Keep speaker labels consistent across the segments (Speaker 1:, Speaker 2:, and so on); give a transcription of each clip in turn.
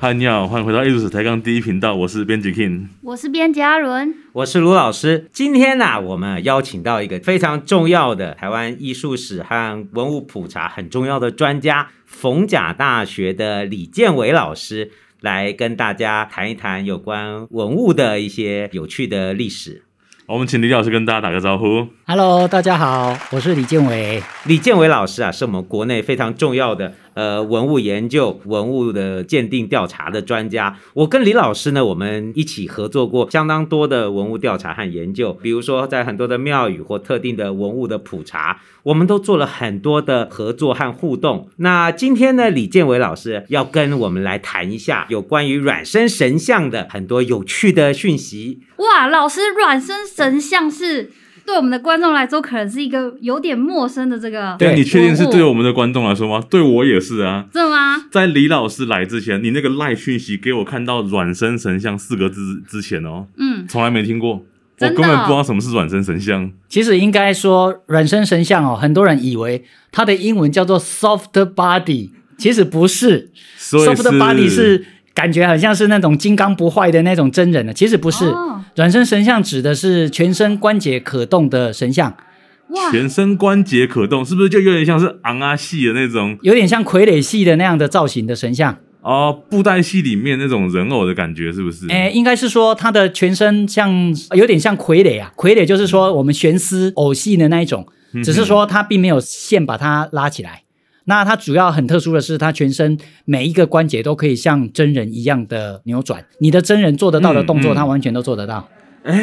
Speaker 1: 汉尿，欢迎回到艺术史抬杠第一频道，我是编辑 King。
Speaker 2: 我是编辑阿伦，
Speaker 3: 我是卢老师。今天呢、我们邀请到一个非常重要的台湾艺术史和文物普查很重要的专家——逢甲大学的李建伟老师，来跟大家谈一谈有关文物的一些有趣的历史。
Speaker 1: 我们请李老师跟大家打个招呼。
Speaker 4: Hello，大家好，我是李建伟。
Speaker 3: 李建伟老师啊，是我们国内非常重要的呃文物研究、文物的鉴定调查的专家。我跟李老师呢，我们一起合作过相当多的文物调查和研究，比如说在很多的庙宇或特定的文物的普查，我们都做了很多的合作和互动。那今天呢，李建伟老师要跟我们来谈一下有关于软身神像的很多有趣的讯息。
Speaker 2: 哇，老师软身神像是对我们的观众来说，可能是一个有点陌生的这个，
Speaker 1: 但哎你确定是对我们的观众来说吗？对我也是啊。
Speaker 2: 真的吗？
Speaker 1: 在李老师来之前，你那个赖讯息给我看到“软身神像”四个字之前哦，
Speaker 2: 嗯，
Speaker 1: 从来没听过，我
Speaker 2: 真
Speaker 1: 根
Speaker 2: 的哦
Speaker 1: 本不知道什么是软身神像。
Speaker 4: 其实应该说，软身神像哦，很多人以为它的英文叫做 soft body，其实不是。
Speaker 1: 所以
Speaker 4: soft
Speaker 1: 是
Speaker 4: body 是感觉很像是那种金刚不坏的那种真人的，啊其实不是。
Speaker 2: 哦
Speaker 4: 软身神像指的是全身关节可动的神像，
Speaker 2: 哇，
Speaker 1: 全身关节可动，是不是就有点像是昂啊戏的那种
Speaker 4: 有点像傀儡戏的那样的造型的神像。
Speaker 1: 哦、布袋戏里面那种人偶的感觉，是不是？
Speaker 2: 哎
Speaker 4: 诶，应该是说它的全身像有点像傀儡啊，傀儡就是说我们悬丝偶戏的那一种，
Speaker 1: 嗯
Speaker 4: 只是说它并没有线把它拉起来。那它主要很特殊的是，它全身每一个关节都可以像真人一样的扭转，你的真人做得到的动
Speaker 1: 嗯嗯
Speaker 4: 作，它完全都做得到。
Speaker 1: 哎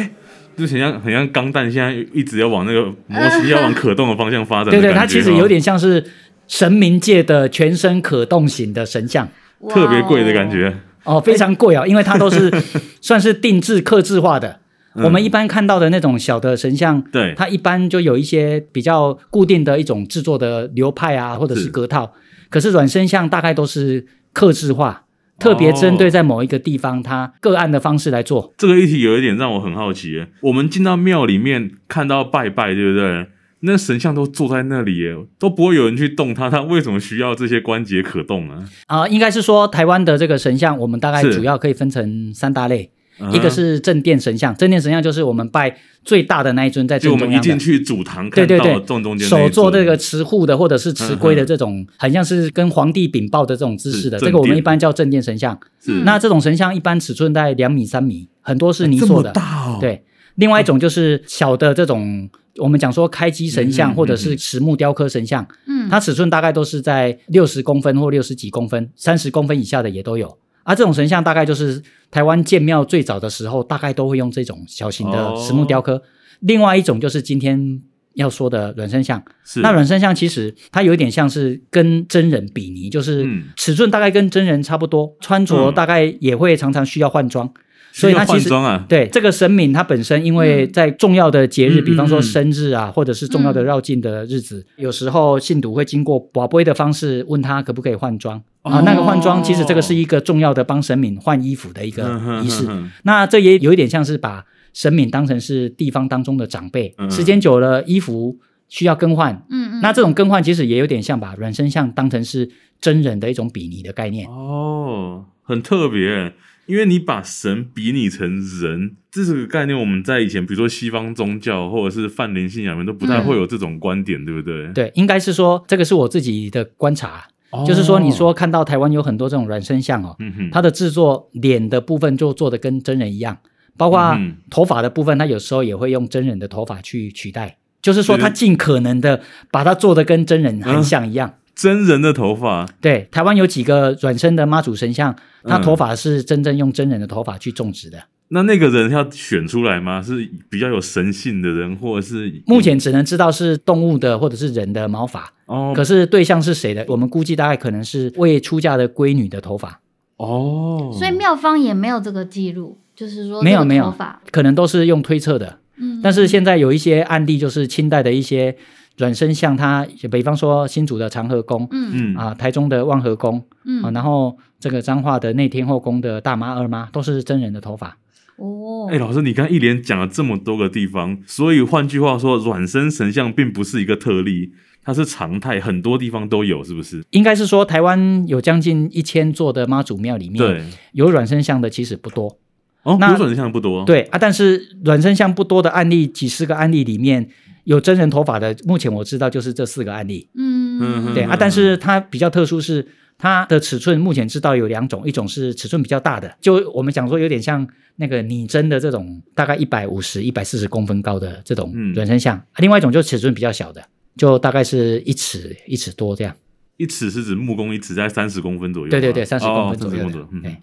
Speaker 1: 就很像很像钢弹，现在一直要往那个模型要往可动的方向发展的
Speaker 4: 对
Speaker 1: 感觉。
Speaker 4: 对，它其实有
Speaker 1: 哦
Speaker 4: 点像是神明界的全身可动型的神像
Speaker 2: 哇哦
Speaker 1: 特别贵的感。觉。
Speaker 4: 哦，非常贵哦，因为它 都是算是定制刻制化的。
Speaker 1: 嗯
Speaker 4: 我们一般看到的那种小的神像，
Speaker 1: 对
Speaker 4: 它一般就有一些比较固定的一种制作的流派啊，或者
Speaker 1: 哦是
Speaker 4: 是格套。可是软身像大概都是刻制化，特别
Speaker 1: 哦
Speaker 4: 针对在某一个地方它个案的方式来做。
Speaker 1: 这个议题有一点让我很好奇耶，我们进到庙里面看到拜拜，对不对？那神像都坐在那里耶，都不会有人去动它，它为什么需要这些关节可动啊？
Speaker 4: 啊、应该是说台湾的这个神像，我们大概
Speaker 1: 是
Speaker 4: 主要可以分成三大类，
Speaker 1: 嗯
Speaker 4: 一个是正殿神像，正殿神像就是我们拜最大的那一尊在
Speaker 1: 就
Speaker 4: 正
Speaker 1: 我
Speaker 4: 中
Speaker 1: 们一
Speaker 4: 央的
Speaker 1: 进。去主堂看
Speaker 4: 对对
Speaker 1: 到
Speaker 4: 对，
Speaker 1: 正中间那一
Speaker 4: 手做
Speaker 1: 尊
Speaker 4: 这个持护的或者是持圭
Speaker 1: 嗯
Speaker 4: 的
Speaker 1: 嗯
Speaker 4: 这种，很像是跟皇帝禀报的这种姿势的，
Speaker 1: 是
Speaker 4: 这个我
Speaker 1: 正
Speaker 4: 们
Speaker 1: 殿
Speaker 4: 一般叫正殿神像。
Speaker 1: 是
Speaker 4: 那这种神像一般尺寸在两米、三米，很多是泥塑的。
Speaker 1: 大哦，
Speaker 4: 对，另外一种就是小的这种，我们讲说开机神
Speaker 1: 嗯嗯
Speaker 4: 像
Speaker 1: 嗯
Speaker 4: 或者是实木雕刻神像，
Speaker 2: 嗯，
Speaker 4: 它尺寸大概都是在六十公分或六十几公分、三十公分以下的也都有。啊，这种神像大概就是台湾建庙最早的时候，大概都会用这种小型
Speaker 1: 哦
Speaker 4: 的实木雕刻。另外一种就是今天要说的软身像，
Speaker 1: 是
Speaker 4: 那软身像其实它有点像是跟真人比拟，就是
Speaker 1: 嗯
Speaker 4: 尺寸大概跟真人差不多，穿着
Speaker 1: 嗯
Speaker 4: 大概也会常常需要换装。
Speaker 1: 需
Speaker 4: 所以
Speaker 1: 要
Speaker 4: 它
Speaker 1: 换
Speaker 4: 其实
Speaker 1: 装啊，
Speaker 4: 对这个神明，它本身因为在重要的节日，
Speaker 1: 嗯
Speaker 4: 比方
Speaker 1: 嗯
Speaker 4: 说
Speaker 1: 嗯
Speaker 4: 生日啊，或者是重要的绕境的日子，有时候信徒会经过宝贝的方式问他可不可以换装啊
Speaker 1: 哦。
Speaker 4: 那个换装其实这个是一个重要的帮神明换衣服的一
Speaker 1: 嗯
Speaker 4: 个
Speaker 1: 哼
Speaker 4: 仪
Speaker 1: 哼。
Speaker 4: 式
Speaker 1: 哼
Speaker 4: 那这也有一点像是把神明当成是地方当中的长辈
Speaker 1: 嗯，
Speaker 4: 时间久了衣服需要更换。
Speaker 2: 嗯嗯，
Speaker 4: 那这种更换其实也有点像把软身像当成是真人的一种比拟的概念。
Speaker 1: 哦，很特别，因为你把神比拟成人，这是个概念，我们在以前比如说西方宗教或者是泛灵信仰里面都不太
Speaker 2: 嗯
Speaker 1: 会有这种观点，对不对？
Speaker 4: 对，应该是说这个是我自己的观察，
Speaker 1: 哦
Speaker 4: 就是说你说看到台湾有很多这种软身像哦，
Speaker 1: 嗯哼，
Speaker 4: 它的制作脸的部分就做的跟真人一样，包括
Speaker 1: 嗯
Speaker 4: 头发的部分，它有时候也会用真人的头发去取代，就是说它
Speaker 1: 是
Speaker 4: 尽可能的把它做的跟真人很像一样。
Speaker 1: 真人的头发，
Speaker 4: 对，台湾有几个软身的妈祖神像，它
Speaker 1: 嗯
Speaker 4: 头发是真正用真人的头发去种植的。
Speaker 1: 那那个人要选出来吗？是比较有神性的人，或者是
Speaker 4: 目前只能知道是动物的或者是人的毛发，
Speaker 1: 哦
Speaker 4: 可是对象是谁的，我们估计大概可能是未出嫁的闺女的头发，
Speaker 1: 哦，
Speaker 2: 所以妙方也没有这个记录，就是说
Speaker 4: 没有
Speaker 2: 这个
Speaker 4: 没有
Speaker 2: 头发，
Speaker 4: 可能都是用推测的。
Speaker 2: 嗯，
Speaker 4: 但是现在有一些案例，就是清代的一些软身像，它比方说新竹的长和宫
Speaker 1: 嗯
Speaker 2: 嗯
Speaker 4: 啊、台中的万和宫
Speaker 2: 嗯
Speaker 4: 啊、然后这个彰化的内天后宫的大妈、二妈都是真人的头发。
Speaker 2: 哦
Speaker 1: 哎、，老师，你刚一连讲了这么多个地方，所以换句话说，软身神像并不是一个特例，它是常态，很多地方都有，是不是？
Speaker 4: 应该是说台湾有将近一千座的妈祖庙里面，
Speaker 1: 对，
Speaker 4: 有软生像的其实不多。
Speaker 1: 哦，
Speaker 4: 那
Speaker 1: 有转向不多，，
Speaker 4: 对啊，但是软生像不多的案例，几十个案例里面有真人头发的，目前我知道就是这四个案例。
Speaker 2: 嗯，
Speaker 4: 对啊，但是它比较特殊是它的尺寸，目前知道有两种，一种是尺寸比较大的，就我们讲说有点像那个拟真的这种，大概一百五十、一百四十公分高的这种
Speaker 1: 嗯
Speaker 4: 软身像；啊另外一种就尺寸比较小的，就大概是一尺一尺多这样。
Speaker 1: 一尺是指木工一尺在三十公分左右吗，
Speaker 4: 对对对，三十公
Speaker 1: 哦
Speaker 4: 分左
Speaker 1: 30
Speaker 4: 右
Speaker 1: 公分
Speaker 4: 的。
Speaker 1: 左右
Speaker 4: 对
Speaker 1: 嗯。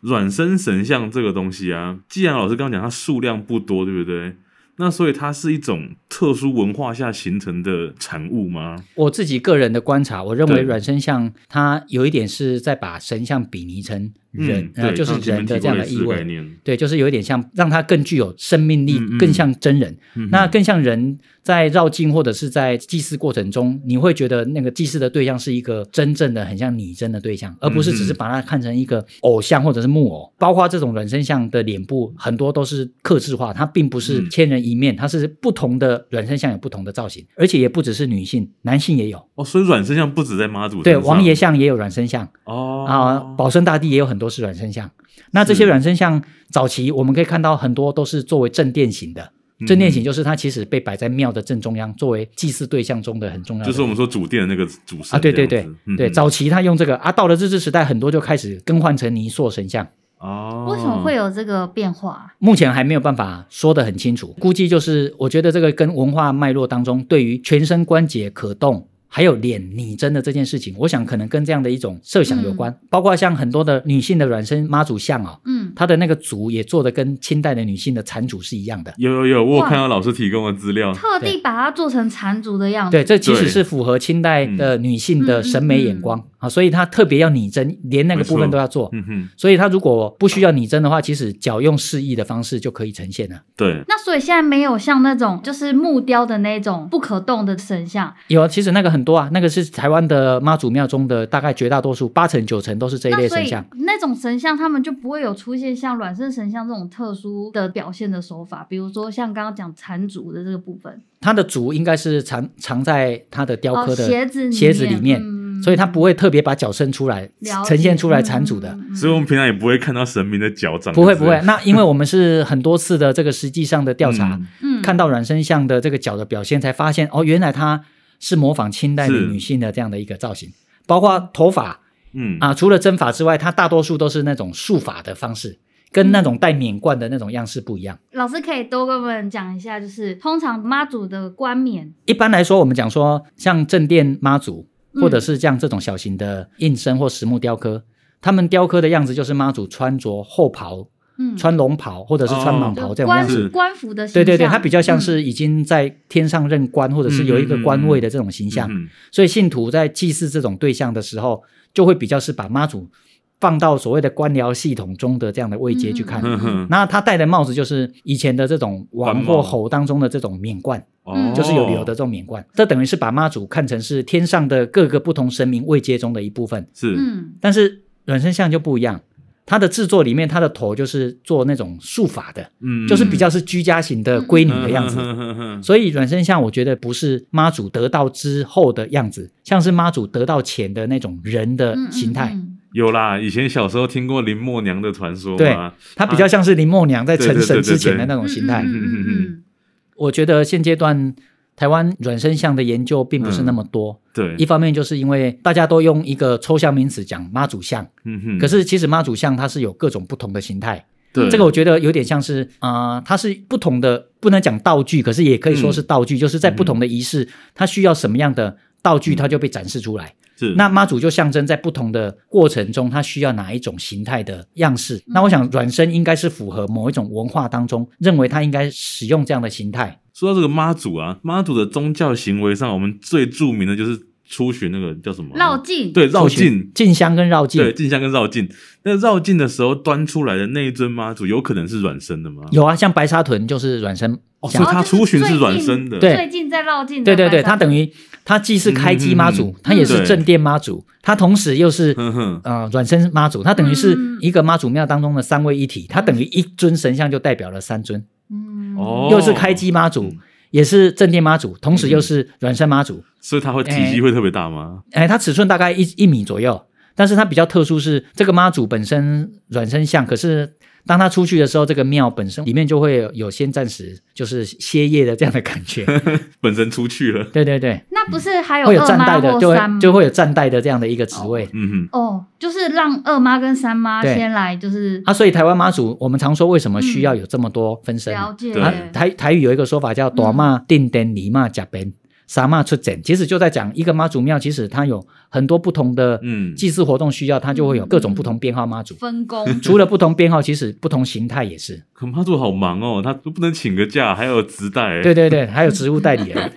Speaker 1: 软身神像这个东西啊，既然老师刚刚讲它数量不多，对不对？那所以它是一种特殊文化下形成的产物吗？
Speaker 4: 我自己个人的观察，我认为
Speaker 1: 对
Speaker 4: 软身像它有一点是在把神像比拟成人，
Speaker 1: 嗯、
Speaker 4: 呃，
Speaker 1: 对，
Speaker 4: 就是
Speaker 1: 刚刚前
Speaker 4: 人
Speaker 1: 面提
Speaker 4: 的这
Speaker 1: 过
Speaker 4: 样
Speaker 1: 类
Speaker 4: 的
Speaker 1: 似
Speaker 4: 意
Speaker 1: 的概
Speaker 4: 味。嗯
Speaker 1: 念。
Speaker 4: 对，就是有一点像让它更具有生命力，
Speaker 1: 嗯嗯
Speaker 4: 更像真人。
Speaker 1: 嗯
Speaker 4: 那更像人在绕境或者是在祭祀过程中，你会觉得那个祭祀的对象是一个真正的很像拟真的对象，而不是只是把它看成一个偶像或者是木偶。包括这种软身像的脸部，很多都是刻制化，它并不是
Speaker 1: 嗯
Speaker 4: 千人一面，它是不同的软身像有不同的造型，而且也不只是女性，男性也有。
Speaker 1: 哦，所以软身像不止在妈祖
Speaker 4: 对，
Speaker 1: 身上
Speaker 4: 王爷像也有软身像
Speaker 1: 哦
Speaker 4: 啊，保生大帝也有很多是软身像。那这些
Speaker 1: 是
Speaker 4: 软身像早期我们可以看到很多都是作为正殿型的。
Speaker 1: 嗯
Speaker 4: 正殿型就是它其实被摆在庙的正中央，作为祭祀对象中的很重要的。
Speaker 1: 就是我们说主殿的那个主神
Speaker 4: 啊，对对
Speaker 1: 这样
Speaker 4: 对
Speaker 1: 子嗯
Speaker 4: 对，
Speaker 1: 嗯
Speaker 4: 早期他用这个啊，到了日治时代，很多就开始更换成泥塑神像。
Speaker 1: 哦，
Speaker 2: 为什么会有这个变化？
Speaker 4: 目前还没有办法说得很清楚，估计就是我觉得这个跟文化脉络当中对于全身关节可动。还有脸拟真的这件事情，我想可能跟这样的一种设想有关，
Speaker 1: 嗯
Speaker 4: 包括像很多的女性的软身妈祖像哦，
Speaker 2: 嗯，
Speaker 4: 她的那个足也做的跟清代的女性的缠足是一样的。
Speaker 2: 嗯
Speaker 1: 有有有，我有
Speaker 2: 哇
Speaker 1: 看到老师提供的资料，
Speaker 2: 特地把它做成缠足的样子。
Speaker 4: 对，这其实
Speaker 1: 嗯对嗯
Speaker 4: 是符合清代的女性的审美眼
Speaker 2: 嗯
Speaker 4: 光、啊，所以她特别要拟真，连那个部分都要做。
Speaker 1: 嗯哼，
Speaker 4: 所以她如果不需要拟真的话，其实脚用示意的方式就可以呈现了。
Speaker 1: 对，
Speaker 2: 那所以现在没有像那种就是木雕的那种不可动的神像，
Speaker 4: 有啊，其实那个很多啊，那个是台湾的妈祖庙中的大概绝大多数，八成九成都是这一
Speaker 2: 那
Speaker 4: 类
Speaker 2: 所
Speaker 4: 神
Speaker 2: 以
Speaker 4: 像。
Speaker 2: 那种神像他们就不会有出现像软身神像这种特殊的表现的手法，比如说像刚刚讲缠足的这个部分，
Speaker 4: 它的足应该是藏藏在它的雕
Speaker 2: 哦，
Speaker 4: 刻的、
Speaker 2: 鞋子
Speaker 4: 鞋子里
Speaker 2: 里
Speaker 4: 面
Speaker 2: 嗯
Speaker 4: 所以它不会特别把脚伸出来
Speaker 2: 了解
Speaker 4: 呈现出来缠足的。
Speaker 2: 嗯嗯嗯
Speaker 1: 所以我们平常也不会看到神明的脚掌，
Speaker 4: 不会
Speaker 1: 就
Speaker 4: 不
Speaker 1: 是
Speaker 4: 会，，那因为我们是很多次的这个实际上的调查，
Speaker 1: 嗯
Speaker 2: 嗯
Speaker 4: 看到软身像的这个脚的表现，才发现哦，原来它是模仿清代的
Speaker 1: 是
Speaker 4: 女性的这样的一个造型，包括头发
Speaker 1: 嗯
Speaker 4: 啊，除了针法之外，它大多数都是那种束发的方式，跟那
Speaker 2: 嗯
Speaker 4: 种戴冕冠的那种样式不一样。
Speaker 2: 老师可以多跟我们讲一下，就是通常妈祖的冠冕，
Speaker 4: 一般来说，我们讲说像正殿妈祖，
Speaker 2: 嗯
Speaker 4: 或者是像这种小型的印身或实木雕刻，他们雕刻的样子就是妈祖穿着厚袍、
Speaker 2: 嗯，
Speaker 4: 穿龙袍或者是穿
Speaker 1: 哦
Speaker 4: 蟒
Speaker 2: 就
Speaker 4: 袍这种
Speaker 2: 官
Speaker 4: 样子。
Speaker 1: 是
Speaker 2: 官服的形
Speaker 4: 对
Speaker 2: 象，
Speaker 4: 对对，它比较像
Speaker 2: 嗯
Speaker 4: 是已经在天上任官，或者是有一个官位的这种形象。
Speaker 1: 嗯
Speaker 4: 所以信徒在祭祀这种对象的时候，就会比较是把妈祖放到所谓的官僚系统中的这样的位阶去看。
Speaker 1: 哼哼，
Speaker 4: 那他戴的帽子就是以前的这种
Speaker 1: 官
Speaker 4: 王
Speaker 1: 帽
Speaker 4: 或侯当中的这种冕冠，
Speaker 1: 哦，
Speaker 4: 就是有理由的这种冕冠。这等于是把妈祖看成是天上的各个不同神明位阶中的一部分。
Speaker 1: 是
Speaker 2: 嗯
Speaker 4: 但是软身像就不一样，它的制作里面，它的头就是做那种束发的，
Speaker 1: 嗯
Speaker 4: 就是比较是居家型的闺女的样子。
Speaker 1: 嗯哼哼哼
Speaker 4: 所以软身像，我觉得不是妈祖得道之后的样子，像是妈祖得道前的那种人的
Speaker 2: 嗯
Speaker 4: 形态，
Speaker 2: 嗯嗯
Speaker 1: 有啦，以前小时候听过林默娘的传说
Speaker 4: 对
Speaker 1: 嘛，
Speaker 4: 它比较像是林默娘在成神之前的那
Speaker 2: 嗯
Speaker 4: 种形态
Speaker 2: 嗯。嗯嗯
Speaker 4: 我觉得现阶段台湾软身像的研究并不是那么多，
Speaker 2: 嗯
Speaker 1: 对
Speaker 4: 一，方面就是因为大家都用一个抽象名词讲妈祖像，
Speaker 1: 嗯哼
Speaker 4: 可是其实妈祖像它是有各种不同的形态。
Speaker 1: 对
Speaker 4: 这个我觉得有点像是啊、呃它是不同的，不能讲道具，可是也可以说
Speaker 2: 嗯
Speaker 4: 是道具，就是在不同的仪式，它需要什么样的道
Speaker 2: 嗯
Speaker 4: 具，它就被展示出来。
Speaker 1: 是
Speaker 4: 那妈祖就象征在不同的过程中，它需要哪一种形态的样式。那我想软身应该是符合某一种文化当中认为它应该使用这样的形态。
Speaker 1: 说到这个妈祖啊，妈祖的宗教行为上，我们最著名的就是出巡那个叫什么啊
Speaker 2: 嗯绕境，
Speaker 1: 对绕
Speaker 4: 出去
Speaker 1: 境。
Speaker 4: 进香跟绕
Speaker 1: 对，
Speaker 4: 境
Speaker 1: 进香跟绕境，那绕境的时候端出来的那一尊妈祖，有可能是软身的吗？
Speaker 4: 有啊，像白沙屯就是软身
Speaker 1: 哦
Speaker 4: 像
Speaker 1: 所以它出巡是软身的
Speaker 2: 哦就是
Speaker 4: 对
Speaker 2: 最近最近在绕境的
Speaker 4: 对
Speaker 2: 白沙，
Speaker 4: 对对，它等于它既是开基妈
Speaker 1: 嗯嗯
Speaker 4: 祖，它也是
Speaker 1: 对
Speaker 4: 正殿妈祖，它同时又是
Speaker 1: 哼哼，
Speaker 4: 呃软身妈祖，它等于是
Speaker 2: 嗯
Speaker 4: 一个妈祖庙当中的三位一体，它等于一尊神像就代表了三尊，
Speaker 2: 嗯
Speaker 1: 哦
Speaker 4: 又是开基妈祖
Speaker 1: 嗯，
Speaker 4: 也是正殿妈祖，同时又是软山妈祖。
Speaker 1: 所以它会体积会特别大吗？
Speaker 4: 哎，它尺寸大概一一米左右，但是它比较特殊是这个妈祖本身软身像，可是当它出去的时候，这个庙本身里面就会有有先暂时就是歇业的这样的感 觉。
Speaker 1: 本身出去了，
Speaker 4: 对对对，
Speaker 2: 那不是还有
Speaker 4: 会有
Speaker 2: 二
Speaker 4: 站
Speaker 2: 妈
Speaker 4: 代
Speaker 2: 或
Speaker 4: 的，就
Speaker 2: 三
Speaker 4: 会
Speaker 2: 吗？
Speaker 4: 就会有站代的这样的一个职位。
Speaker 1: 嗯
Speaker 2: 哦，就是让二妈跟三妈
Speaker 4: 对
Speaker 2: 先来，就是
Speaker 4: 啊，所以台湾妈祖，我们常说为什么需要有这么多分身？
Speaker 2: 嗯了解嗯
Speaker 1: 对
Speaker 4: 啊，台台语有一个说法叫“短骂定灯，泥骂假边，傻骂出诊”，其实就在讲一个妈祖庙，其实它有很多不同的
Speaker 1: 嗯
Speaker 4: 祭祀活动需要，它就会有各种不
Speaker 2: 嗯
Speaker 4: 同编号妈祖。
Speaker 2: 分工。
Speaker 4: 除了不同编号，其实不同形态也是。
Speaker 1: 可妈祖好忙哦，他都不能请个假，还有职代、欸，
Speaker 4: 对对对，还有职务代理人。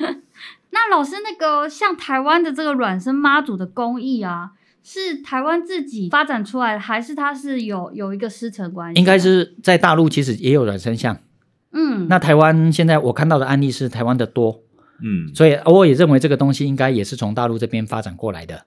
Speaker 2: 那老师，那个像台湾的这个软生妈祖的工艺啊，是台湾自己发展出来的，还是它是有有一个师承关系？
Speaker 4: 应该，是在大陆其实也有软生像，
Speaker 2: 嗯，
Speaker 4: 那台湾现在我看到的案例是台湾的多，
Speaker 1: 嗯，
Speaker 4: 所以我也认为这个东西应该也是从大陆这边发展过来的。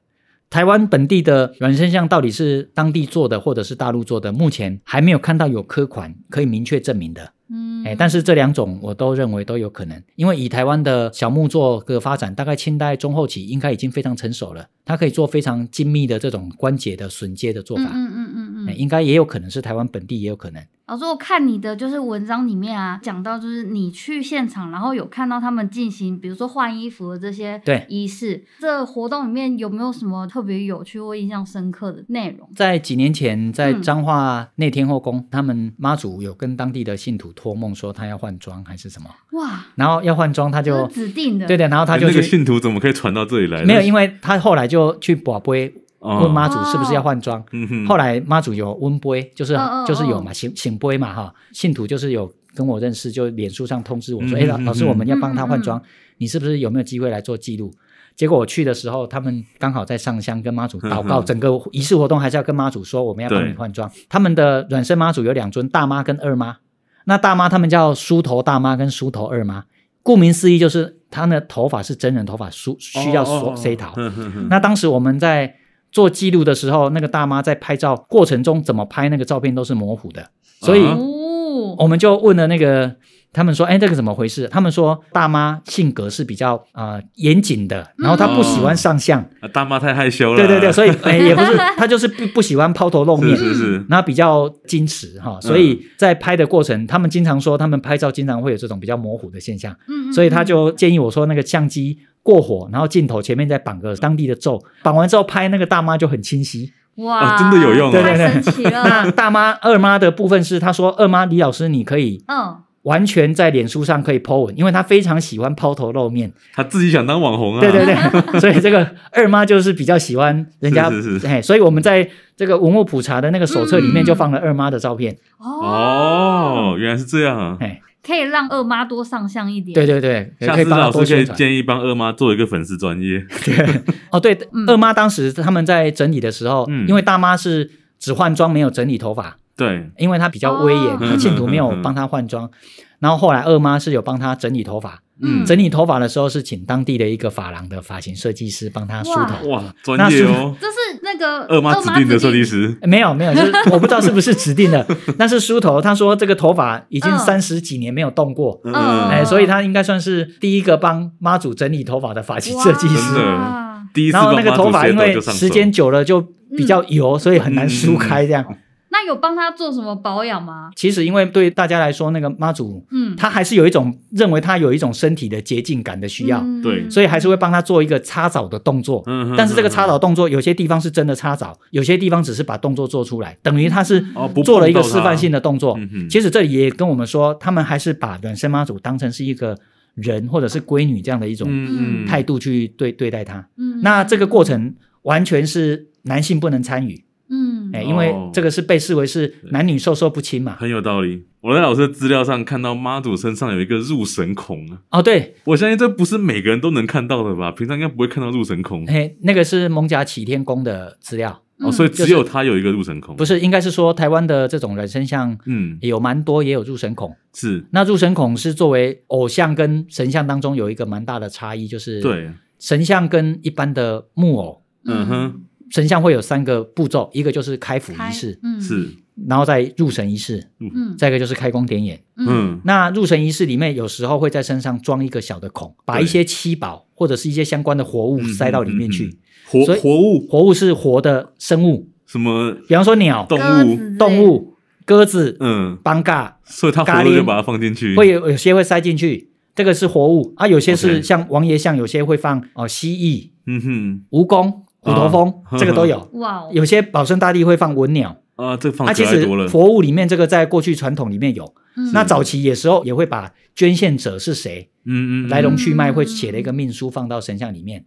Speaker 4: 台湾本地的软生像到底是当地做的，或者是大陆做的，目前还没有看到有科款可以明确证明的。
Speaker 2: 嗯，
Speaker 4: 哎，但是这两种我都认为都有可能，因为以台湾的小木作的发展，大概清代中后期应该已经非常成熟了，它可以做非常精密的这种关节的榫接的做
Speaker 2: 嗯
Speaker 4: 法。
Speaker 2: 嗯嗯嗯
Speaker 4: 哎
Speaker 2: 嗯，
Speaker 4: 应该也有可能是台湾本地也有可能，
Speaker 2: 老师，我看你的就是文章里面啊，讲到就是你去现场，然后有看到他们进行，比如说换衣服的这些
Speaker 4: 对
Speaker 2: 仪式，这活动里面有没有什么特别有趣或印象深刻的内容？
Speaker 4: 在几年前，在
Speaker 2: 嗯
Speaker 4: 彰化内天后宫，他们妈祖有跟当地的信徒托梦说他要换装还是什么，
Speaker 2: 哇，
Speaker 4: 然后要换装他
Speaker 2: 这
Speaker 4: 就是
Speaker 2: 指定啊的，
Speaker 4: 对的，然后他就
Speaker 1: 哎那个
Speaker 4: 去
Speaker 1: 信徒怎么可以传到这里来？
Speaker 4: 没有，因为他后来就去宝杯
Speaker 1: 哦
Speaker 4: 问妈祖是不是要换装，
Speaker 1: 嗯哼，
Speaker 4: 后来妈祖有温杯，就是
Speaker 2: 嗯嗯
Speaker 4: 就是有
Speaker 2: 嗯
Speaker 4: 嘛醒醒杯嘛哈，信徒就是有跟我认识，就脸书上通知我说，
Speaker 1: 嗯
Speaker 4: 哎老
Speaker 1: 嗯
Speaker 4: 老师
Speaker 1: 嗯
Speaker 4: 我们要帮他换
Speaker 2: 嗯嗯
Speaker 4: 装，你是不是有没有机会来做记录？结果我去的时候，他们刚好在上香跟妈祖祷告，
Speaker 1: 嗯嗯
Speaker 4: 整个仪式活动还是要跟妈祖说我们要帮你
Speaker 1: 对
Speaker 4: 换装。他们的软身妈祖有两尊，大妈跟二妈。那大妈他们叫梳头大妈跟梳头二妈，顾名思义就是她的头发是真人头发梳，需要
Speaker 1: 哦
Speaker 4: 梳
Speaker 1: 哦
Speaker 4: 塞头。
Speaker 1: 哼哼哼
Speaker 4: 那当时我们在做记录的时候，那个大妈在拍照过程中怎么拍那个照片都是模糊的，所以
Speaker 1: 啊
Speaker 2: 哦，
Speaker 4: 我们就问了那个他们说，哎，这个怎么回事？他们说大妈性格是比较呃严谨的，然后她不喜欢上相，
Speaker 1: 啊大妈太害羞了，
Speaker 4: 对对 对，所以哎也不是她就是不不喜欢抛头露面
Speaker 1: 是。嗯是是，
Speaker 4: 那比较矜持哈，所以在拍的过程，他们经常说他们拍照经常会有这种比较模糊的现象，
Speaker 2: 嗯，嗯
Speaker 4: 所以他就建议我说，那个相机过火，然后镜头前面再绑个当地的咒，绑完之后拍那个大妈就很清晰。
Speaker 2: 嗯哇、
Speaker 1: 哦真的有用啊
Speaker 2: 太
Speaker 4: 对对对
Speaker 2: 神奇了，
Speaker 4: 那大妈二妈的部分是，他说二妈李老师你可以
Speaker 2: 嗯，
Speaker 4: 完全在脸书上可以 po 文，因为她非常喜欢抛头露面。
Speaker 1: 他自己想当网红啊，
Speaker 4: 对对对， 所以这个二妈就是比较喜欢人家，
Speaker 1: 是是是
Speaker 4: 哎，所以我们在这个文物普查的那个手册里面
Speaker 2: 嗯
Speaker 4: 就放了二妈的照片。
Speaker 1: 哦，原来是这样啊。
Speaker 4: 哎，
Speaker 2: 可以让二妈多上相一点，
Speaker 4: 对对对，
Speaker 1: 下
Speaker 4: 可以
Speaker 1: 次
Speaker 4: 帮她
Speaker 1: 老
Speaker 4: 多
Speaker 1: 师可
Speaker 4: 宣
Speaker 1: 以
Speaker 4: 传。
Speaker 1: 建议帮二妈做一个粉丝专业，
Speaker 4: 哦，对，
Speaker 2: 嗯
Speaker 4: 二妈当时他们在整理的时候，
Speaker 1: 嗯
Speaker 4: 因为大妈是只换装没有整理头发，
Speaker 1: 对，
Speaker 4: 因为她比较威严，
Speaker 2: 哦
Speaker 4: 她信徒没有帮她换装。然后后来二妈是有帮她整理头发，
Speaker 2: 嗯，
Speaker 4: 整理头发的时候是请当地的一个发廊的发型设计师帮她梳头。
Speaker 1: 哇，专业哦，
Speaker 2: 这是那个
Speaker 1: 二妈指定的设计，师，
Speaker 4: 哎没有没有，就是我不知道是不是指定的，但是梳头，她说这个头发已经
Speaker 2: 嗯
Speaker 4: 三十几年没有动过，
Speaker 1: 嗯
Speaker 2: 嗯，
Speaker 4: 哎，所以她应该算是第一个帮妈祖整理头发的发型设计
Speaker 1: 真
Speaker 4: 师。
Speaker 2: 哦
Speaker 1: 的
Speaker 2: 哇
Speaker 1: 第一次
Speaker 4: 然后
Speaker 1: 帮
Speaker 4: 那个
Speaker 1: 妈
Speaker 4: 头
Speaker 1: 祖
Speaker 4: 发
Speaker 1: 切
Speaker 4: 因
Speaker 1: 头
Speaker 4: 为
Speaker 1: 就上手嗯
Speaker 4: 时间久了就比较油，所以很难梳开这样。
Speaker 2: 那有帮他做什么保养吗？
Speaker 4: 其实因为对大家来说，那个妈祖
Speaker 2: 嗯，
Speaker 4: 她还是有一种认为她有一种身体的洁净感的需要，
Speaker 2: 嗯
Speaker 1: 对
Speaker 4: 所以还是会帮她做一个擦澡的动作。
Speaker 1: 嗯
Speaker 4: 但是这个
Speaker 1: 嗯
Speaker 4: 擦澡动作，有些地方是真的擦澡，有些地方只是把动作做出来，等于她是
Speaker 2: 嗯
Speaker 1: 哦不碰
Speaker 4: 做了一个
Speaker 1: 到
Speaker 4: 示
Speaker 1: 它
Speaker 4: 范性的动作
Speaker 1: 嗯。哼
Speaker 4: 其实这里也跟我们说，他们还是把软身妈祖当成是一个人或者是闺女这样的一种
Speaker 1: 嗯嗯
Speaker 4: 态度去对对待她。
Speaker 2: 嗯
Speaker 4: 那这个过，程完全是男性不能参与，
Speaker 2: 嗯，
Speaker 4: 哎，因为
Speaker 1: 哦嗯
Speaker 4: 这个是被视为是男女授受不亲嘛。
Speaker 1: 很有道理。我在老师的资料上看到妈祖身上有一个入神孔啊，
Speaker 4: 哦，对，
Speaker 1: 我相信这不是每个人都能看到的吧？平常应该不会看到入神孔
Speaker 4: 哎，那个是蒙甲启天宫的资料，
Speaker 1: 哦，所以
Speaker 2: 嗯
Speaker 1: 只有他有一个入神孔，
Speaker 4: 不
Speaker 1: 是？
Speaker 4: 是，应该是说台湾的这种人身像
Speaker 1: 嗯，
Speaker 4: 有蛮多，也有入神孔。
Speaker 1: 是
Speaker 4: 那入神孔是作为偶像跟神像当中有一个蛮大的差异，就是
Speaker 1: 对，
Speaker 4: 神像跟一般的木偶
Speaker 1: 嗯哼，
Speaker 4: 神像会有三个步骤，一个就是开斧仪式，
Speaker 2: 嗯，
Speaker 1: 是
Speaker 4: 然后再入神仪式，
Speaker 2: 嗯
Speaker 4: 再一个就是开光点眼。
Speaker 2: 嗯
Speaker 4: 那入神仪式里面，有时候会在身上装一个小的孔，把一些七宝或者是一些相关的活物塞到里面去。
Speaker 1: 嗯嗯活
Speaker 4: 所以
Speaker 1: 活物
Speaker 4: 活物是活的生物，
Speaker 1: 什么
Speaker 4: 比方说鸟、
Speaker 1: 动
Speaker 2: 鸽子
Speaker 1: 物，
Speaker 2: 之类的
Speaker 4: 动，物、鸽子、
Speaker 1: 嗯，
Speaker 4: 斑嘎，
Speaker 1: 所以它活
Speaker 4: 咖
Speaker 1: 了
Speaker 4: 喱
Speaker 1: 就把它放进去，
Speaker 4: 会有有些会塞进去，这个是活物啊。有些
Speaker 1: OK
Speaker 4: 是像王爷像，有些会放哦蜥蜴、
Speaker 1: 嗯哼，
Speaker 4: 蜈蚣、虎头蜂，
Speaker 1: 啊
Speaker 4: 这个都有。
Speaker 2: 哇哦，
Speaker 4: 有些保生大帝会放文鸟，
Speaker 1: 啊，这放
Speaker 4: 啊，
Speaker 1: 可
Speaker 4: 其
Speaker 1: 爱
Speaker 4: 实
Speaker 1: 多了，
Speaker 4: 佛物里面这个在过去传统里面有，
Speaker 2: 嗯
Speaker 4: 那早期也时候也会把捐献者是谁、
Speaker 1: 嗯嗯，嗯
Speaker 4: 来龙去脉会写了一个命书放到神像里面。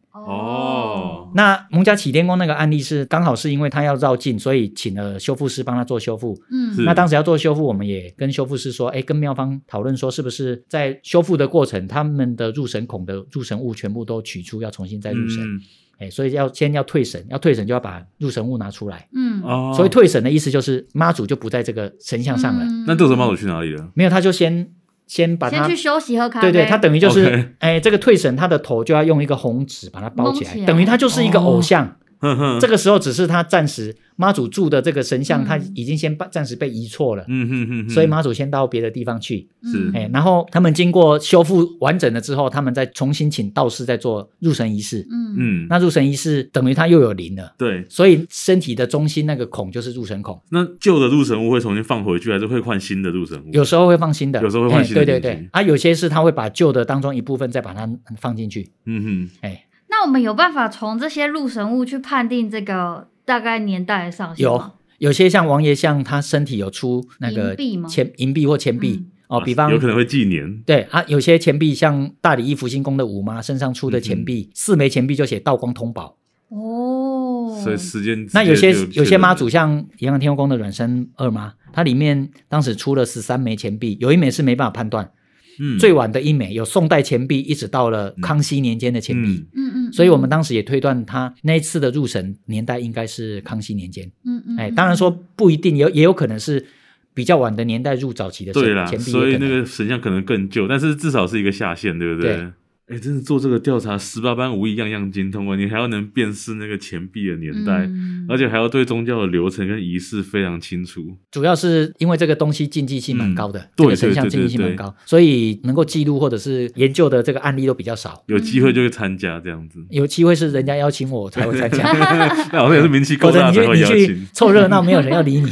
Speaker 1: 哦
Speaker 4: 那蒙家启天宫那个案例是刚好是因为他要绕境，所以请了修复师帮他做修复。
Speaker 2: 嗯
Speaker 1: 是
Speaker 4: 那当时要做修复，我们也跟修复师说，哎，跟妙方讨论说，是不是在修复的过程，他们的入神孔的入神物全部都取出，要重新再入神。
Speaker 1: 嗯
Speaker 4: 哎、所以要先要退神，要退神就要把入神物拿出来。
Speaker 2: 嗯
Speaker 1: 哦，
Speaker 4: 所以退神的意思就是妈祖就不在这个神像上了。
Speaker 2: 嗯
Speaker 1: 那这时候猫祖去哪里了？
Speaker 4: 没有，他就先先把
Speaker 2: 先
Speaker 4: 它
Speaker 2: 去，休息喝咖啡，
Speaker 4: 对对，他等于就
Speaker 1: OK
Speaker 4: 是，哎，这个退神他的头就要用一个红纸把它包起
Speaker 2: 蒙起
Speaker 4: 来，
Speaker 2: 来
Speaker 4: 等于他就是一个偶像。
Speaker 1: 哼哼，
Speaker 4: 这个时候只是他暂时妈祖住的这个神像，
Speaker 2: 嗯
Speaker 4: 他已经先把暂时被移错了，
Speaker 1: 嗯哼哼哼，
Speaker 4: 所以妈祖先到别的地方去。
Speaker 1: 是
Speaker 2: 嗯
Speaker 4: 哎，然后他们经过修复完整了之后，他们再重新请道士再做入神仪式。
Speaker 2: 嗯
Speaker 1: 嗯，
Speaker 4: 那入神仪式等于他又有灵了，
Speaker 1: 对，
Speaker 4: 所以身体的中心那个孔就是入神孔。
Speaker 1: 那旧的入神物会重新放回去，还是会换新的入神物？
Speaker 4: 有时候会放新的，
Speaker 1: 嗯有时候会放新的
Speaker 4: 哎对对
Speaker 1: 进去
Speaker 4: 对，啊，有些是他会把旧的当中一部分再把它放进去。
Speaker 1: 嗯哼，
Speaker 4: 哎，
Speaker 2: 那我们有办法从这些入神物去判定这个大概年代的上限
Speaker 4: 有
Speaker 2: 吗？
Speaker 4: 有些像王爷像，他身体有出那
Speaker 2: 银
Speaker 4: 个
Speaker 2: 币吗
Speaker 4: 钱银币或钱币、
Speaker 2: 嗯
Speaker 4: 哦，
Speaker 1: 啊
Speaker 4: 比方
Speaker 1: 有可能会纪年，
Speaker 4: 对啊，有些钱币像大理一福星宫的五妈身上
Speaker 1: 嗯
Speaker 4: 出的钱币，四枚钱币就写道光通宝。
Speaker 2: 哦，
Speaker 1: 所以时间
Speaker 4: 那有些
Speaker 1: 直接就
Speaker 4: 有些妈祖像延安天后宫的阮生二妈，她里面当时出了十三枚钱币，有一枚是没办法判断，
Speaker 1: 嗯
Speaker 4: 最晚的一枚有宋代钱币，一直到了康熙年间的钱币。
Speaker 1: 嗯
Speaker 2: 嗯嗯，
Speaker 4: 所以我们当时也推断他那一次的入神年代应该是康熙年间。
Speaker 2: 嗯嗯，
Speaker 4: 哎，当然说不一定，也有也有可能是比较晚的年代入早期的神
Speaker 1: 对啦，
Speaker 4: 钱币
Speaker 1: 所以
Speaker 4: 也可
Speaker 1: 那
Speaker 4: 能
Speaker 1: 个神像可能更旧，但是至少是一个下限，对不对
Speaker 4: 对？
Speaker 1: 哎，真的做这个调查，十八般武艺样样精通啊！你还要能辨识那个钱币的年代，
Speaker 2: 嗯
Speaker 1: 而且还要对宗教的流程跟仪式非常清楚。
Speaker 4: 主要是因为这个东西禁忌性蛮高的，
Speaker 1: 嗯对
Speaker 4: 这个神像
Speaker 1: 对对
Speaker 4: 禁忌性
Speaker 1: 对
Speaker 4: 蛮高，所以能够记录或者是研究的这个案例都比较少。，
Speaker 1: 有机会就会参加这样子
Speaker 4: 有机会是人家邀请我才会参加，
Speaker 1: 那好像也是名气够
Speaker 4: 否则
Speaker 1: 大
Speaker 4: 你
Speaker 1: 才
Speaker 4: 去
Speaker 1: 会
Speaker 4: 你
Speaker 1: 邀
Speaker 4: 去
Speaker 1: 请。
Speaker 4: 凑 热闹，没有人要理你。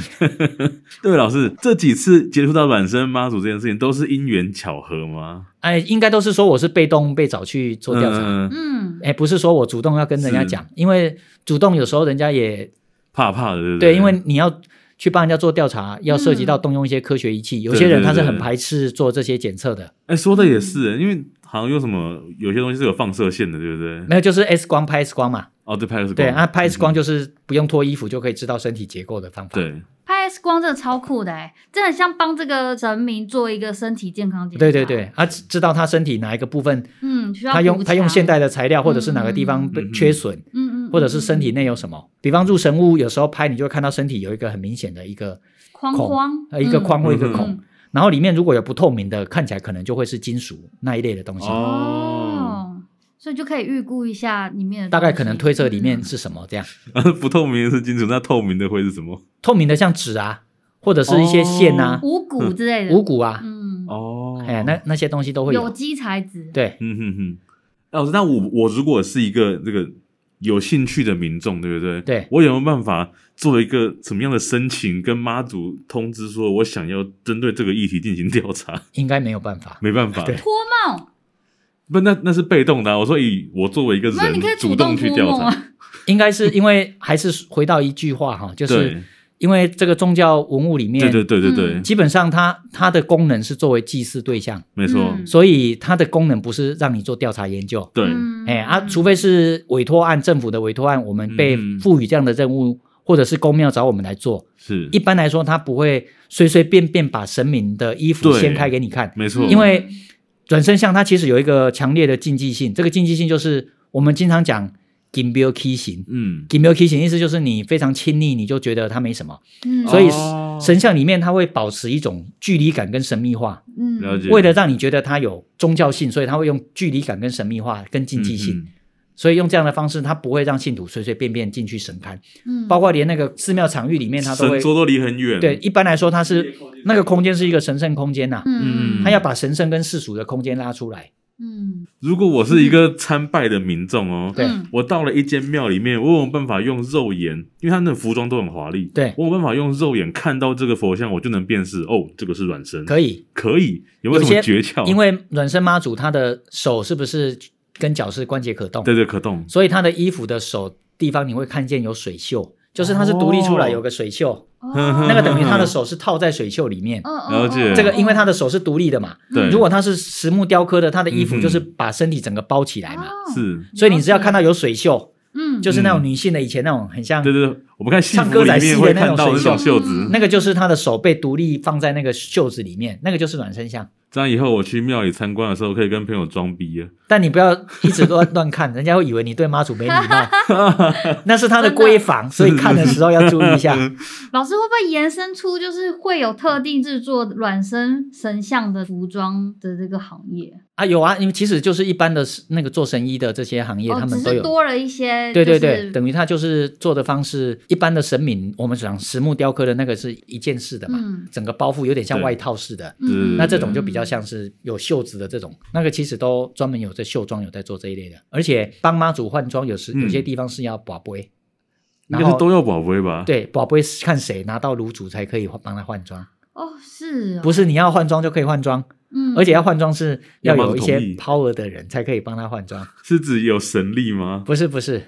Speaker 1: 对，老师，这几次接触到软生妈祖这件事情，都是因缘巧合吗？
Speaker 4: 哎，应该都是说我是被动被找去做调查，
Speaker 1: 嗯，
Speaker 2: 嗯
Speaker 4: 哎，不是说我主动要跟人家
Speaker 1: 是
Speaker 4: 讲，因为主动有时候人家也
Speaker 1: 怕怕的，对不
Speaker 4: 对，因为你要去帮人家做调查，要涉及到动用一些科学仪
Speaker 1: 嗯
Speaker 4: 器，有些人他是很排斥做这些检测的，
Speaker 1: 哎，说的也是，因为好像有什么有些东西是有放射线的，对不对？
Speaker 4: 没有就是 X 光拍 X 光嘛，
Speaker 1: 哦，对，拍的是
Speaker 4: 对，
Speaker 1: 嗯光
Speaker 4: 啊，拍 X 光就是不用脱衣服就可以知道身体结构的方法，
Speaker 1: 对，
Speaker 2: 拍 X 光真的超酷的哎，这很像帮这个神明做一个身体健康检查。
Speaker 4: 对对，对，啊，知知道他身体哪一个部分，
Speaker 2: 嗯，需要
Speaker 4: 他用
Speaker 2: 补
Speaker 4: 他用
Speaker 2: 强
Speaker 4: 现代的材料或者是哪个地方被
Speaker 1: 嗯嗯嗯
Speaker 4: 缺损，
Speaker 2: 嗯嗯，
Speaker 4: 或者是身体内有什么，比方入神物，有时候拍你就会看到身体有一个很明显的一个
Speaker 2: 框
Speaker 4: 孔
Speaker 2: 框
Speaker 4: 呃一个框或一个
Speaker 1: 嗯
Speaker 4: 孔，然后里面如果有不透明的，看起来可能就会是金属那一类的东西。
Speaker 1: 哦，
Speaker 2: 哦，所以就可以预估一下里面的东
Speaker 4: 大
Speaker 2: 西，
Speaker 4: 概可能推测里面
Speaker 2: 嗯
Speaker 4: 是什么这样。
Speaker 1: 不透明的是金属，那透明的会是什么？
Speaker 4: 透明的像纸啊，或者是一
Speaker 2: 哦
Speaker 4: 些线啊、
Speaker 2: 五谷之类的，
Speaker 4: 五，谷啊，
Speaker 2: 嗯，
Speaker 1: 哦，
Speaker 4: 哎，那那些东西都会
Speaker 2: 有
Speaker 4: 有。
Speaker 2: 机材质，
Speaker 4: 对，
Speaker 1: 嗯哼哼，哎老师，那我我如果是一个这个有兴趣的民众，对不对？
Speaker 4: 对
Speaker 1: 我有没有办法做一个什么样的申请，跟妈祖通知说我想要针对这个议题进行调查？
Speaker 4: 应该没有办法。
Speaker 1: 没办法，
Speaker 4: 对
Speaker 2: 托梦，
Speaker 1: 不，那那是被动的、啊。我说以我作为一个
Speaker 2: 那
Speaker 1: 人
Speaker 2: 你可以
Speaker 1: 主
Speaker 2: 动
Speaker 1: 去
Speaker 2: 托
Speaker 1: 调
Speaker 2: 梦
Speaker 1: 查，
Speaker 2: 啊，
Speaker 4: 应该是因为还是回到一句话哈，就是
Speaker 1: 对
Speaker 4: 因为这个宗教文物里面，
Speaker 1: 对对对对对，
Speaker 2: 嗯
Speaker 4: 基本上它它的功能是作为祭祀对象，
Speaker 1: 没错，
Speaker 2: 嗯
Speaker 4: 所以它的功能不是让你做调查研究。
Speaker 1: 对，
Speaker 2: 嗯
Speaker 4: 哎啊，除非是委托案，政府的委托案，我们被
Speaker 1: 嗯
Speaker 4: 赋予这样的任务，或者是公庙找我们来做。
Speaker 1: 是
Speaker 4: 一般来说，他不会随随便便把神明的衣服
Speaker 1: 对
Speaker 4: 掀开给你看，
Speaker 1: 没错，
Speaker 4: 因为转身像它其实有一个强烈的禁忌性，这个禁忌性就是我们经常讲 “gimbal key 型
Speaker 1: 嗯，
Speaker 4: ”，“gimbal key 型”意思就是你非常亲昵，你就觉得它没什么，
Speaker 2: 嗯
Speaker 4: 所以
Speaker 1: 哦
Speaker 4: 神像里面它会保持一种距离感跟神秘化，
Speaker 2: 嗯
Speaker 1: 了解
Speaker 4: 为了让你觉得它有宗教性，所以它会用距离感跟神秘化跟禁忌性，
Speaker 1: 嗯嗯
Speaker 4: 所以用这样的方式，他不会让信徒随随便便进去神龛，
Speaker 2: 嗯，
Speaker 4: 包括连那个寺庙场域里面，他都会
Speaker 1: 神桌都离很远，
Speaker 4: 对。，一般来说，它是那个空间是一个神圣空间呐、
Speaker 2: 嗯
Speaker 1: 嗯
Speaker 4: 他要把神圣跟世俗的空间拉出来。
Speaker 2: 嗯，
Speaker 1: 如果我是一个参拜的民众哦，
Speaker 4: 嗯对
Speaker 2: 嗯
Speaker 1: 我到了一间庙里面，我有办法用肉眼，因为他那服装都很华丽，
Speaker 4: 对
Speaker 1: 我有办法用肉眼看到这个佛像，我就能辨识哦，这个是软身，
Speaker 4: 可以，
Speaker 1: 可以有没有什
Speaker 4: 有些
Speaker 1: 么诀窍？
Speaker 4: 因为软身妈祖她的手是不是跟脚是关节可动，
Speaker 1: 对对可动，
Speaker 4: 所以她的衣服的手地方你会看见有水袖，就是它是独立出来
Speaker 1: 哦
Speaker 4: 有个水袖，
Speaker 2: 哦
Speaker 4: 那个等于她的手是套在水袖里面。
Speaker 2: 嗯
Speaker 1: 了解
Speaker 4: 这个因为她
Speaker 2: 的
Speaker 4: 的手是独立的嘛，
Speaker 1: 对，
Speaker 4: 如果她是实木雕刻的，她的衣服
Speaker 1: 嗯哼
Speaker 4: 就是把身体整个包起来嘛，
Speaker 1: 是，
Speaker 4: 所以你只要看到有水袖，
Speaker 2: 嗯，
Speaker 4: 就是那
Speaker 1: 嗯
Speaker 4: 种女性的以前那种很 像
Speaker 1: 对对对，我们看戏
Speaker 4: 唱
Speaker 1: 服
Speaker 4: 歌
Speaker 1: 里
Speaker 4: 仔
Speaker 1: 面
Speaker 4: 戏
Speaker 1: 会
Speaker 4: 的
Speaker 1: 看
Speaker 4: 那种
Speaker 1: 到那种
Speaker 4: 水
Speaker 1: 袖
Speaker 4: 袖
Speaker 1: 子，
Speaker 4: 那个就是他的手被独立放在那个袖子里面，那个就是软身像。
Speaker 1: 这样以后我去庙里参观的时候，可以跟朋友装逼啊。
Speaker 4: 但你不要一直 乱乱看，人家会以为你对妈祖没礼貌。那是他的闺房，所以看的时候要注意 一下。
Speaker 2: 嗯老师会不会延伸出就是会有特定制作软身神像的服装的这个行业？
Speaker 4: 啊，有啊，因为其实就是一般的那个做神医的这些行业，
Speaker 2: 哦，
Speaker 4: 他
Speaker 2: 只
Speaker 4: 们都
Speaker 2: 是
Speaker 4: 有。
Speaker 2: 多了一些，
Speaker 4: 对对对，
Speaker 2: 就是
Speaker 4: 等于他就是做的方式，一般的神明，我们讲实木雕刻的那个是一件式的嘛，
Speaker 2: 嗯
Speaker 4: 整个包覆有点像
Speaker 1: 对
Speaker 4: 外套似的。
Speaker 2: 嗯，
Speaker 4: 那这种就比较像是有袖子的这种，那个其实都专门有在绣庄有在做这一类的，而且帮妈祖换装有时
Speaker 1: 嗯
Speaker 4: 有些地方是要把杯，
Speaker 1: 应
Speaker 4: 然
Speaker 1: 该是
Speaker 4: 后
Speaker 1: 都要宝贝吧？，
Speaker 4: 对把杯是看谁拿到炉主才可以帮他换装，
Speaker 2: 哦，是哦，
Speaker 4: 不是你要换装就可以换装，
Speaker 2: 嗯，
Speaker 4: 而且要换装是要
Speaker 1: 要妈
Speaker 4: 有
Speaker 1: 祖
Speaker 4: 一些
Speaker 1: 同意
Speaker 4: power 的人才可以帮他换装，
Speaker 1: 是指有神力吗？
Speaker 4: 不是不是，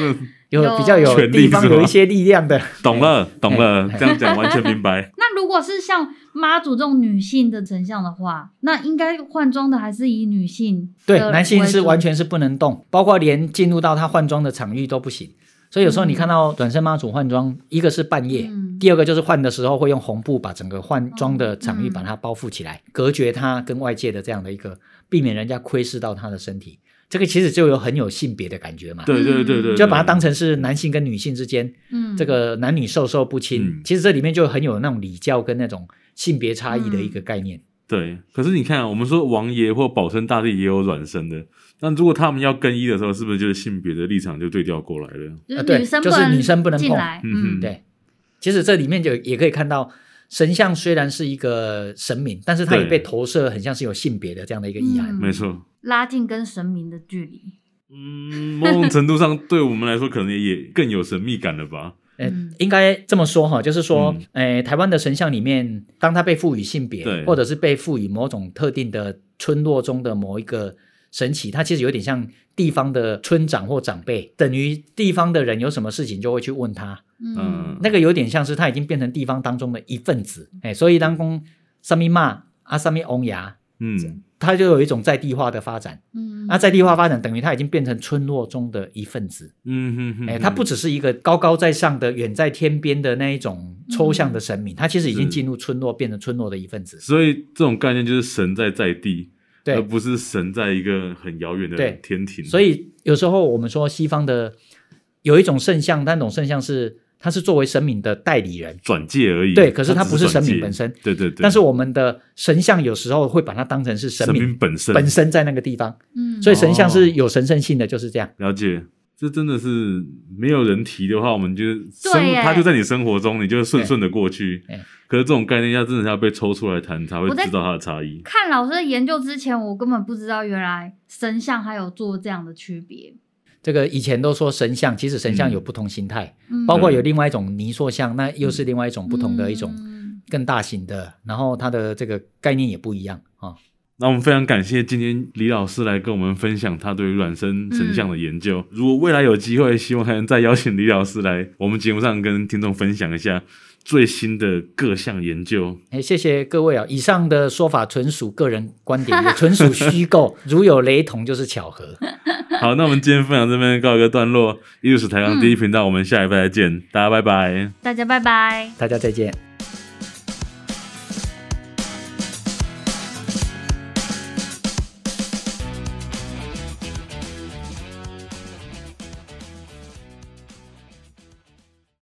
Speaker 1: 嗯，
Speaker 4: 有
Speaker 2: 有
Speaker 4: 比较有
Speaker 1: 权力
Speaker 4: 地方
Speaker 1: 是吗
Speaker 4: 有一些力量的，
Speaker 1: 懂了，懂了，
Speaker 4: 哎
Speaker 1: 这样讲完全明 白。
Speaker 2: 那如果是像妈祖这种女性的神像的话，那应该换装的还是以女性
Speaker 4: 对，
Speaker 2: 的
Speaker 4: 男性
Speaker 2: 为
Speaker 4: 是
Speaker 2: 主
Speaker 4: 完全是不能动，包括连进入到他换装的场域都不行。所以有时候你看到短身妈祖换装，一个是半夜，
Speaker 2: 嗯
Speaker 4: 第二个就是换的时候会用红布把整个换装的场域
Speaker 2: 嗯
Speaker 4: 把它包覆起来，隔绝它跟外界的这样的一个，避免人家窥视到他的身体。这个其实就有很有性别的感觉嘛，
Speaker 1: 对对对对，对
Speaker 4: 就把它当成是男性跟女性之间
Speaker 2: 嗯
Speaker 4: 这个男女授受不亲。
Speaker 1: 嗯
Speaker 4: 其实这里面就很有那种礼教跟那种性别差异的
Speaker 2: 嗯
Speaker 4: 一个概念。
Speaker 1: 对。可是你看啊，我们说王爷或保生大帝也有软身的，那如果他们要更衣的时候，是不是就是性别的立场就对调过来了？
Speaker 2: 就
Speaker 4: 啊
Speaker 2: 是
Speaker 4: 对
Speaker 2: 女生
Speaker 4: 就是女生不能碰
Speaker 2: 进来，
Speaker 1: 嗯
Speaker 2: 嗯，
Speaker 1: 哼
Speaker 4: 对，其实这里面就也可以看到，神像虽然是一个神明，但是它也
Speaker 1: 对
Speaker 4: 被投射，很像是有性别的这样的一个意涵。
Speaker 2: 嗯
Speaker 1: 没错，
Speaker 2: 拉近跟神明的距离，
Speaker 1: 嗯，某种程度上对我们来说，可能也更有神秘感了吧？
Speaker 4: 呃
Speaker 2: 嗯
Speaker 4: 应该这么说哈，就是说
Speaker 1: 嗯，
Speaker 4: 诶、台湾的神像里面，当它被赋予性别
Speaker 1: 对，
Speaker 4: 或者是被赋予某种特定的村落中的某一个神祇，它其实有点像地方的村长或长辈，等于地方的人有什么事情就会去问他，
Speaker 1: 嗯
Speaker 2: 嗯，
Speaker 4: 那个有点像是他已经变成地方当中的一份子，哎、所以当公上面骂啊，上面翁牙，
Speaker 1: 嗯，
Speaker 4: 它就有一种在地化的发展。
Speaker 2: 嗯，
Speaker 4: 啊那在地化发展等于它已经变成村落中的一份子，
Speaker 1: 嗯哼哼，
Speaker 4: 哎，它不只是一个高高在上的、远在天边的那一种抽象的神
Speaker 1: 嗯
Speaker 4: 明，它其实已经
Speaker 1: 是
Speaker 4: 进入村落，变成村落的一份子。
Speaker 1: 所以这种概念就是神在在地，而
Speaker 4: 对，
Speaker 1: 不是神在一个很遥远的
Speaker 4: 对
Speaker 1: 天庭。
Speaker 4: 所以有时候我们说西方的有一种圣像，但那种圣像是它是作为神明的代理人，
Speaker 1: 转介而已。
Speaker 4: 对可是它
Speaker 1: 它
Speaker 4: 不是神
Speaker 1: 转
Speaker 4: 明
Speaker 1: 介
Speaker 4: 本身
Speaker 1: 对对对。
Speaker 4: 但是我们的神像有时候会把它当成是神
Speaker 1: 神
Speaker 4: 明
Speaker 1: 明本身
Speaker 4: 本身在那个地方，
Speaker 2: 嗯，
Speaker 4: 所以神像
Speaker 1: 哦
Speaker 4: 是有神圣性的，就是这样。
Speaker 1: 了解，这真的是没有人提的话，我们就是
Speaker 2: 对
Speaker 1: 生
Speaker 2: 耶
Speaker 1: 它就在你生活中，你就顺顺的过去
Speaker 4: 哎哎。
Speaker 1: 可是这种概念要真的是要被抽出来谈，才会
Speaker 2: 我在
Speaker 1: 知道它的差异。
Speaker 2: 看老师的研究之前，我根本不知道原来神像还有做这样的区别，
Speaker 4: 这个以前都说神像，其实神像
Speaker 1: 嗯
Speaker 4: 有不同形态，
Speaker 2: 嗯
Speaker 4: 包括
Speaker 1: 对
Speaker 4: 有另外一种泥塑像，那又是另外一种不同的一种
Speaker 2: 嗯
Speaker 4: 更大型的，然后它的这个概念也不一样啊、
Speaker 1: 那我们非常感谢今天李老师来跟我们分享他对于卵生神像的研究。
Speaker 2: 嗯
Speaker 1: 如果未来有机会，希望还能再邀请李老师来我们节目上跟听众分享一下最新的各项研究。
Speaker 4: 哎，谢谢各位啊！以上的说法纯属个人观点，也纯属虚构， 如有雷同就是巧合。
Speaker 1: 好，那我们今天分享这边告一个段落。艺术史台上第一频道，我们下一拜再见，大家拜拜。
Speaker 2: 大家拜拜。
Speaker 4: 大家再见。